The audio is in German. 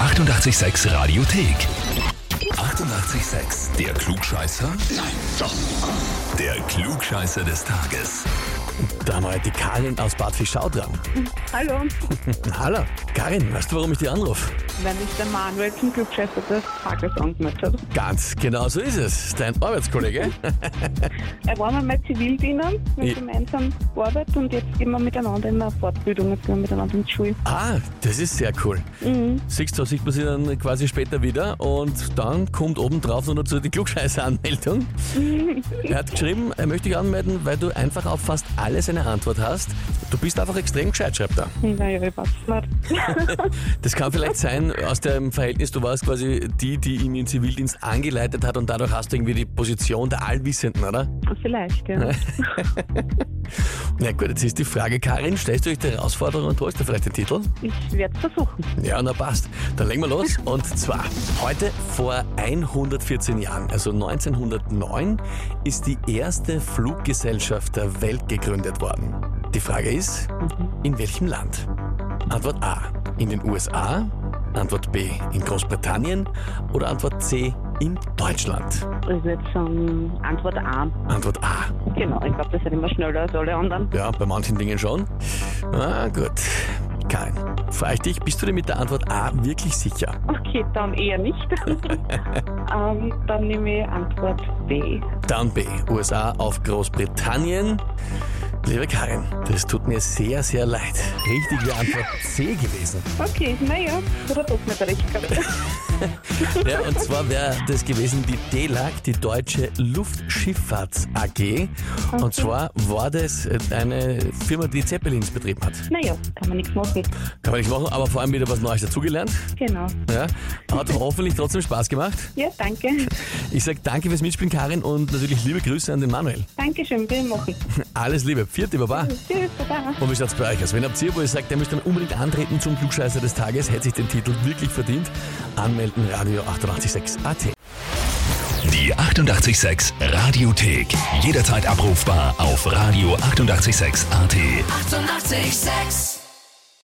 886 Radiothek. 88,6. Der Klugscheißer? Nein, doch. Der Klugscheißer des Tages. Da haben wir die Karin aus Bad Fischau dran. Hallo, Hallo, Karin, weißt du, warum ich dich anrufe? wenn mich der Manuel zum Glückschäfer des Tages angemeldet hat. Ganz genau so ist es. Dein Arbeitskollege. Er war mal mein Zivildiener, wir Ja. haben gemeinsam gearbeitet um und jetzt gehen wir miteinander in eine Fortbildung, jetzt gehen wir miteinander in die Schule. ah, das ist sehr cool. Siehst du, sieht man sie dann quasi später wieder und dann kommt obendrauf noch dazu die Klugscheißer-Anmeldung. Er hat geschrieben, er möchte dich anmelden, weil du einfach auf fast alles eine Antwort hast. Du bist einfach extrem gescheit, schreibt er. Naja, ich weiß nicht. Das kann vielleicht sein, aus dem Verhältnis, du warst quasi die, die ihn in den Zivildienst angeleitet hat und dadurch hast du irgendwie die Position der Allwissenden, oder? Vielleicht, ja. Na gut, jetzt ist die Frage, Karin, stellst du euch die Herausforderung und holst dir vielleicht den Titel? Ich werde es versuchen. Ja, na passt. Dann legen wir los. Und zwar, heute vor 114 Jahren, also 1909, ist die erste Fluggesellschaft der Welt gegründet worden. Die Frage ist, in welchem Land? Antwort A, in den USA. Antwort B, in Großbritannien. Oder Antwort C, in Deutschland. Also jetzt schon Antwort A. Antwort A. Genau, ich glaube, das sind immer schneller als alle anderen. Ja, bei manchen Dingen schon. Ah, gut. Karin, frage ich dich, bist du dir mit der Antwort A wirklich sicher? Okay, dann eher nicht. ähm, dann nehme ich Antwort B. Down B, USA auf Großbritannien. Liebe Karin, das tut mir sehr, sehr leid. Richtig wäre Antwort C gewesen. Okay, naja, oder doch nicht recht gehabt. Ja, und zwar wäre das gewesen die DELAG, die Deutsche Luftschifffahrts AG. Und zwar war das eine Firma, die Zeppelins betrieben hat. Naja, kann man nichts machen. Kann man nicht machen, aber vor allem wieder was Neues dazugelernt. Genau. Ja, hat hoffentlich trotzdem Spaß gemacht. Ja, danke. Ich sage danke fürs Mitspielen, Karin, und natürlich liebe Grüße an den Manuel. Dankeschön, wir machen. Alles Liebe, vierte Baba. Tschüss, Baba. Und wie schaut's bei euch aus? Wenn habt ihr, wo ihr sagt, der müsste dann unbedingt antreten zum Klugscheißer des Tages, hätte sich den Titel wirklich verdient, anmelden Radio 886 AT. Die 88,6 Radiothek. Jederzeit abrufbar auf radio886.at. 88,6. Eighty-eight, sex.